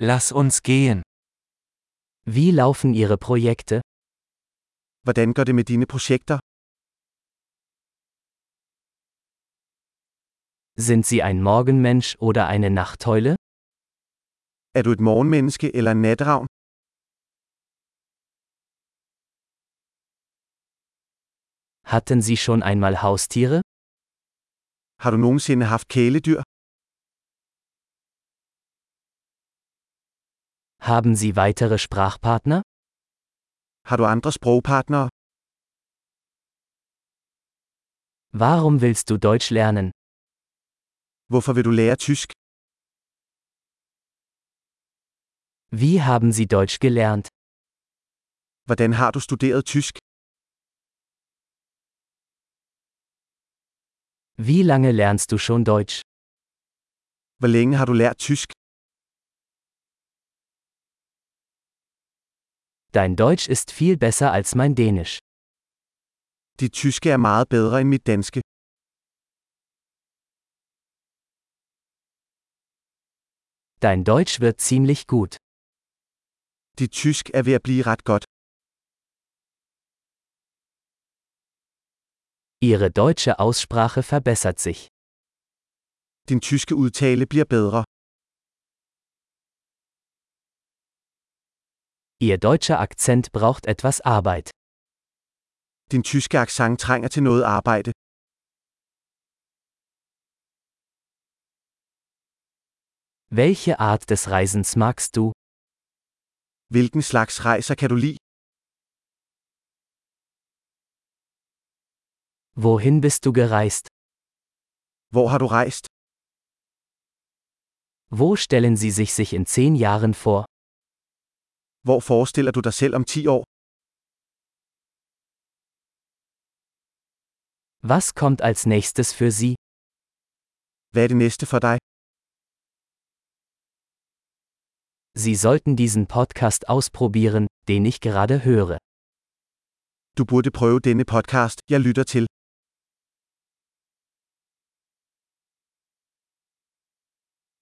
Lass uns gehen. Wie laufen Ihre Projekte? Hvordan går det med dine projekter? Sind Sie ein Morgenmensch oder eine Nachteule? Er du et morgenmenneske eller en natravn? Hatten Sie schon einmal Haustiere? Har du nogensinde haft kæledyr? Haben Sie weitere Sprachpartner? Har du andre sprogpartnere? Warum willst du Deutsch lernen? Hvorfor vil du lære tysk? Wie haben Sie Deutsch gelernt? Hvordan har du studeret tysk? Wie lange lernst du schon Deutsch? Hvor længe har du lært tysk? Dein Deutsch ist viel besser als mein Dänisch. Dit tyske er meget bedre end mit danske. Dein Deutsch wird ziemlich gut. Dit tysk er ved at blive ret godt. Ihre deutsche Aussprache verbessert sich. Din tyske udtale bliver bedre. Ihr deutscher Akzent braucht etwas Arbeit. Din tyske accent trænger til noget arbejde. Welche Art des Reisens magst du? Hvilken slags rejser kan du lide? Wohin bist du gereist? Hvor har du rejst? Wo stellen Sie sich sich in zehn Jahren vor? Hvor forestiller du dig selv om 10 år? Was kommt als nächstes für Sie? Hvad er det næste for dig? Sie sollten diesen Podcast ausprobieren, den ich gerade höre. Du burde prøve denne podcast, jeg lytter til.